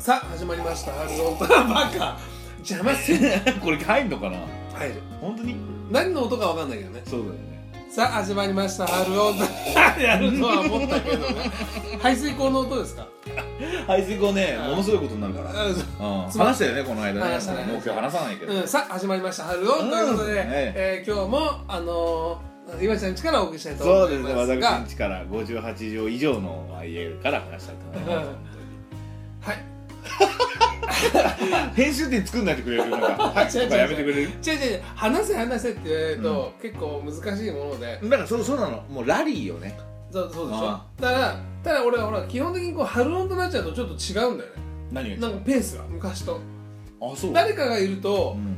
さあ始まりました「ハルオンタバカ」邪魔する これ入んのかな入る本当に何の音かわかんないけどねそうだよ ねさあ始まりました「ハルオンタ」やるとは思ったけどね排水口の音ですか排水口ねうんものすごいことになるからうんつま話したよねこの間ね話したねもう今日話さないけどうん、さあ始まりました「ハルオン」ということで、うんえー今日もあのー、岩井ちゃん家からお送りしたいとそう思でいすまねす私がんちから58条以上の IL から話したいと思いますはい編集点作んないでくれるなん かはいと違う違う違うかやめてくれる違う違う違う話せ話せって言われると、結構難しいものでだからそうそうなのもうラリーよねそうそうでしょあだからただ俺はほら基本的にこうハルオンとなっちゃうとちょっと違うんだよね何なんかペースが昔とあそう誰かがいるとうん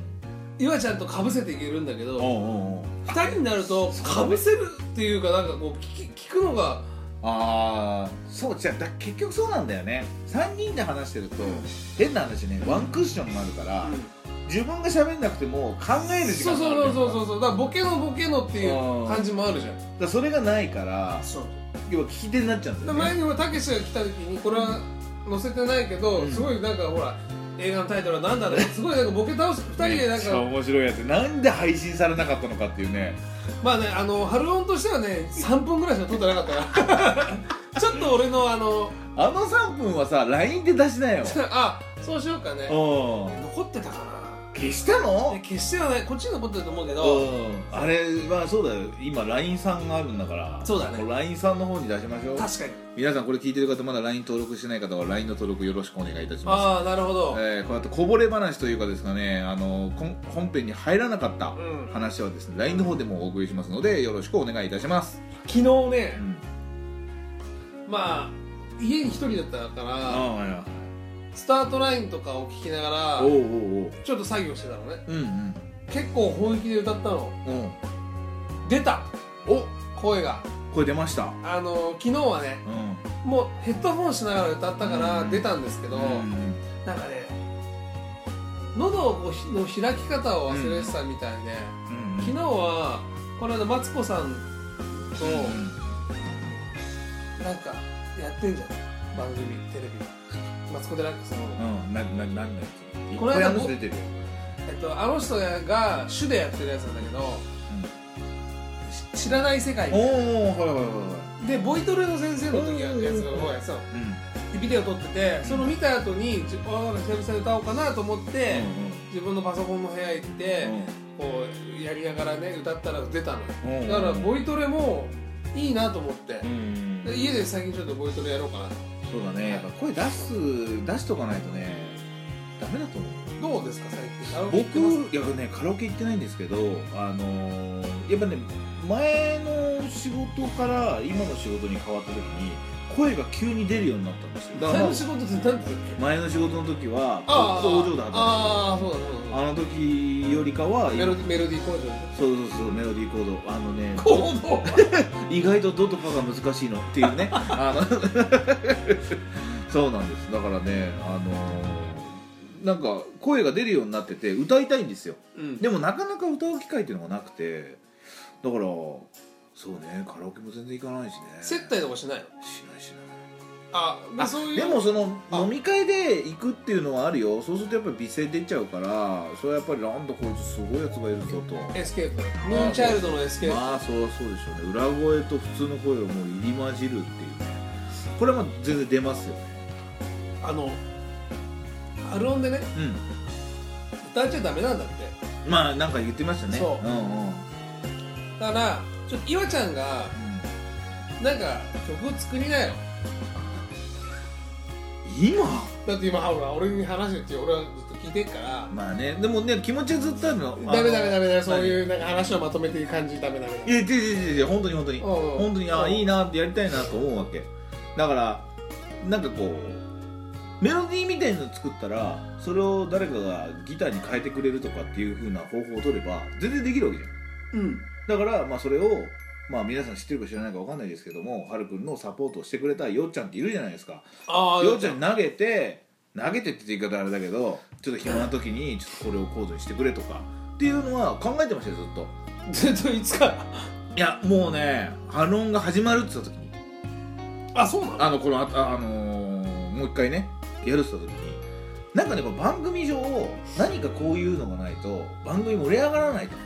岩ちゃんとかぶせていけるんだけうどんうんうん二人になるとかぶせるっていうかなんかこう聞き聞くのがああそうじゃあだ結局そうなんだよね3人で話してると変な話ねワンクッションになるから自分が喋んなくても考える時そう間があそるうそううそうそうだからボケのボケのっていう感じもあるじゃんだからそれがないからそう要は聞き手になっちゃうんだだよ前ねにもたけしが来た時にこれは載せてないけど、うんすごいなんかほら映画のタイトルは何だ ろうすごいなんかボケ倒す2人でなんめっちゃか面白いやつなんで配信されなかったのかっていうねまあねあの春音としてはね3分ぐらいしか撮ってなかったから ちょっと俺のあのあの3分はさ LINE で出しなよあそうしようかねうん残ってたかな消したので決してはないこっちに残ってると思うけどうんあれはそうだよ今 LINE さんがあるんだからそうだね LINE さんの方に出しましょう確かに皆さんこれ聞いてる方まだ LINE 登録してない方は LINE の登録よろしくお願いいたしますああなるほど、えーこうやってこぼれ話というかですかねあのこん本編に入らなかったうん話はですね LINE の方でもお送りしますのでよろしくお願いいたします、昨日うねん、まあ家に一人だったからああいやスタートラインとかを聞きながらおうおうおうちょっと作業してたのねうんうん結構本気で歌ったのうん出たお声がこれ出ましたあの昨日はねうんもうヘッドホンしながら歌ったからうん出たんですけど、うんなんかね喉をこうひの開き方を忘れてたみたいで、うん昨日はこの間マツコさんとなんかやってんじゃない番組テレビマツコ・デラックスの、うんなななんのやつこの間いっぱいあるやつ出てるよえっと、あの人が主でやってるやつなんだけど、し知らない世界おおはいはいはいはでボイトレの先生の時ややつがこうやってたのいうんでビデオ撮っててその見た後にじあー久々に歌おうかなと思って、自分のパソコンの部屋行って、こうやりながらね歌ったら出たのようんうんうんだからボイトレもいいなと思ってう、んで家で最近ちょっとボイトレやろうかなそうだねやっぱ声出す出しとかないとねダメだと思どううですか最近カラオケ行ってま僕すいやねカラオケ行ってないんですけどあのーやっぱね前の仕事から今の仕事に変わった時に声が急に出るようになったんですよだか前らの仕事って何だっけ前の仕事の時はああ工場で働いてたああそうだそうだあの時よりかはメロディメロディー工場そうそうそうメロディーコードあのね行動意外とドとファが難しいのっ ていうねあのそうなんですだからねあのなんか声が出るようになってて歌いたいんですようんでもなかなか歌う機会っていうのがなくてだからそうねカラオケも全然行かないしね接待とかしないのしないしないああでそういうでもそのあ飲み会で行くっていうのはあるよそうするとやっぱり美声出ちゃうからそれはやっぱりなんだこいつすごいやつがいるぞとエスケープムーンチャイルドのエスケープまあそうそうでしょうね裏声と普通の声をもう入り混じるっていうねこれはまあ全然出ますよねあのアルオンでねう歌っちゃダメなんだってんまあなんか言ってましたねそうんうんうんだからちょっと岩ちゃんがなんか曲作りなよ今だって今ほら俺に話してって俺はずっと聞いてるからまあねでもね気持ちはずっとあるのダメダメダメダメ何そういうなんか話をまとめていく感じダメダメダいメや違う違う違う本当に本当にうんうん本当にあうあんいいなってやりたいなと思うわけだからなんかこうメロディーみたいなの作ったらそれを誰かがギターに変えてくれるとかっていう風な方法を取れば全然できるわけじゃんうんだから、まあ、それを、まあ、皆さん知ってるか知らないかわかんないですけどもはるくんのサポートをしてくれたよっちゃんっているじゃないですかああよっちゃんに投げて投げてって言い方あれだけどちょっと暇な時にちょっとこれをコードにしてくれとかっていうのは考えてましたよず っとずっといつかいやもうねハロンが始まるって言った時にあそうなのあのこのあああのーもう一回ねやるって言った時になんかねこう番組上何かこういうのがないと番組盛り上がらないと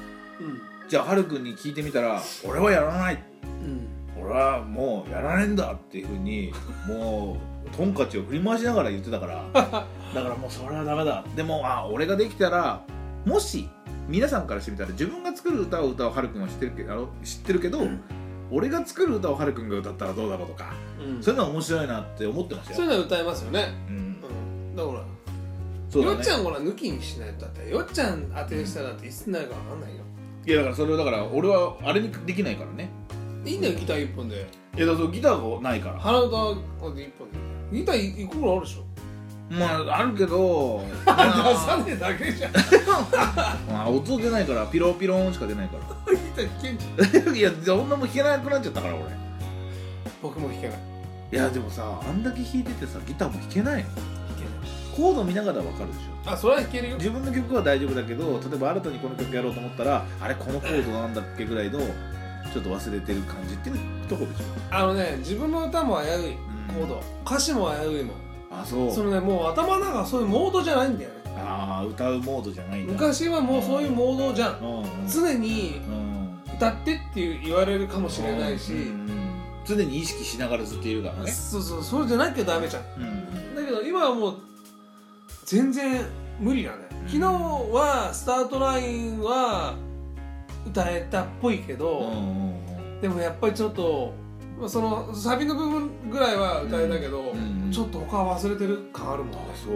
じゃあはるくんに聞いてみたら「俺はやらないうん俺はもうやらねえんだ」っていうふうにもうトンカチを振り回しながら言ってたから だからもうそれはダメだでもあ俺ができたらもし皆さんからしてみたら自分が作る歌を歌うはるくんは知ってるけど知ってるけど、うん俺が作る歌をはるくんが歌ったらどうだろうとか、うんそそういうのは面白いなって思ってましうたいよ、うのは歌えますよねうん、うんだからそうだよねっちゃんほら抜きにしないとだってよっちゃん当てにしたらだっていつになるかわかんないよいやだからそれをだから俺はあれにできないからねいいんだよギター一本でいやだからそうギターがないから鼻歌は一本でギターいくらいあるでしょまああるけどま 出さあねえだけじゃんまあ音出ないからピロピロンしか出ないかギター弾けんじゃんら いやそんなもん弾けなくなっちゃったから俺い僕も弾けないやでもさあんだけ弾いててさギターも弾けないの弾けないコード見ながらわかるでしょあそれは弾けるよ自分の曲は大丈夫だけど例えば新たにこの曲やろうと思ったらあれこのコードなんだっけぐらいのちょっと忘れてる感じっていうとこでしょあのね自分の歌も危ういコんード歌詞も危ういもんあそうそのねもう頭の中はそういうモードじゃないんだよねああ歌うモードじゃないんだ昔はもうそういうモードじゃんうんうん常にうん歌ってっていう言われるかもしれないし、うんうん常に意識しながらずっといるからね、そうそうそうじゃなきゃダメじゃんうんだけど今はもう全然無理だねうん昨日はスタートラインは歌えたっぽいけうんど、うんでもやっぱりちょっとまあそのサビの部分ぐらいは歌えたけど、うんうんちょっと他は忘れてる感あるもんねあそう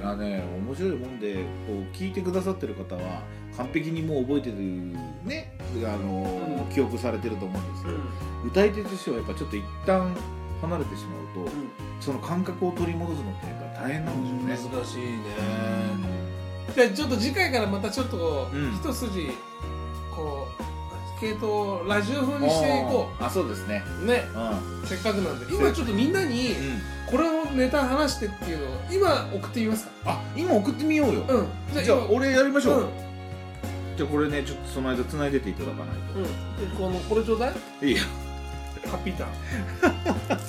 だからね面白いもんでこう聞いてくださってる方は完璧にもう覚えてるねあの、うん記憶されてると思うんですうけんど、歌い手としてはやっぱちょっと一旦離れてしまうとその感覚を取り戻すのってやっぱ大変なんでしょうね難しいねじゃあちょっと次回からまたちょっとこう、うん一筋こう系統をラジオ風にしていこあーあそうですねうねうん、うんせっかくなんで今ちょっとみんなにこれをネタ話してっていうのを今送ってみますかあ今送ってみようよ、うんじゃあじゃあ今俺やりましょう、うんじゃあこれねちょっとその間繋いでていただかないうんでこのこれちょうだいと、いいよハッピーターン じゃあね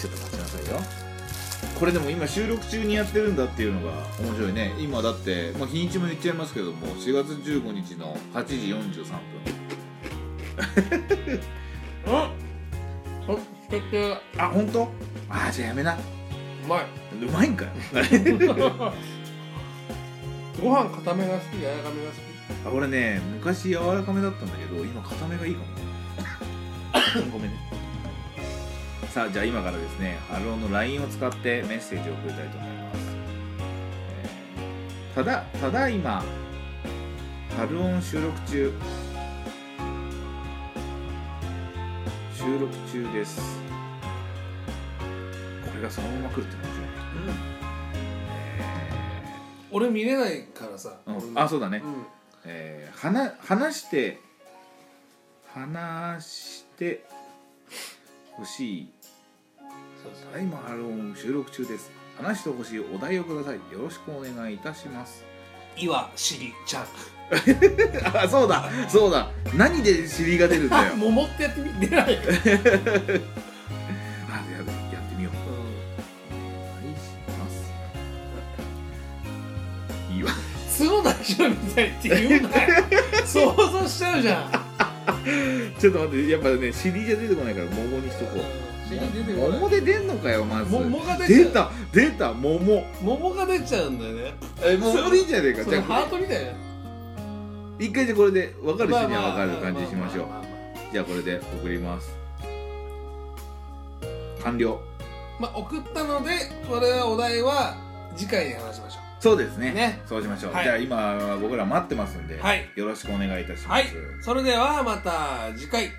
ちょっと待ちなさいよこれでも今収録中にやってるんだっていうのが面白いね今だって、まあ、日にちも言っちゃいますけども4月15日の8時43分あほっけてうあ本当あじゃあやめなまいうまいんかよご飯固めが好きややがめが好あ俺ね昔柔らかめだったんだけど今固めがいいかもごめんねさあじゃあ今からですねハローの LINE を使ってメッセージを送りたいと思います、えーただただいまハローン収録中収録中ですこれがそのまま来るって面白き、い、俺見れないからさ、えー俺うんのあそうだね、うんえー、話話して話してほしいそうそうタイムハロー収録中です話してほしいお題をくださいよろしくお願いいたします岩尻ちゃんあそうだそうだ何で尻が出るん だよ桃ってやってみ出ない、あややってみようお願いしますいいわ角な人みたいって言うな よ想像しちゃうじゃんちょっと待ってやっぱね尻じゃ出てこないから桃にしとこう尻出てこない桃で出んのかよまず桃が出ちゃう出た出た桃桃が出ちゃうんだよねえ桃でいいんじゃねえかそじゃれあハートみたいな一回じゃあこれで分かる人にまはあまあ分かる感じにしましょうまあまあまじゃあこれで送ります完了あまあ送ったのでこれはお題は次回に話しましょそうですねうねそうしましょう、はいじゃあ今僕ら待ってますんで、はいよろしくお願いいたします、はいそれではまた次回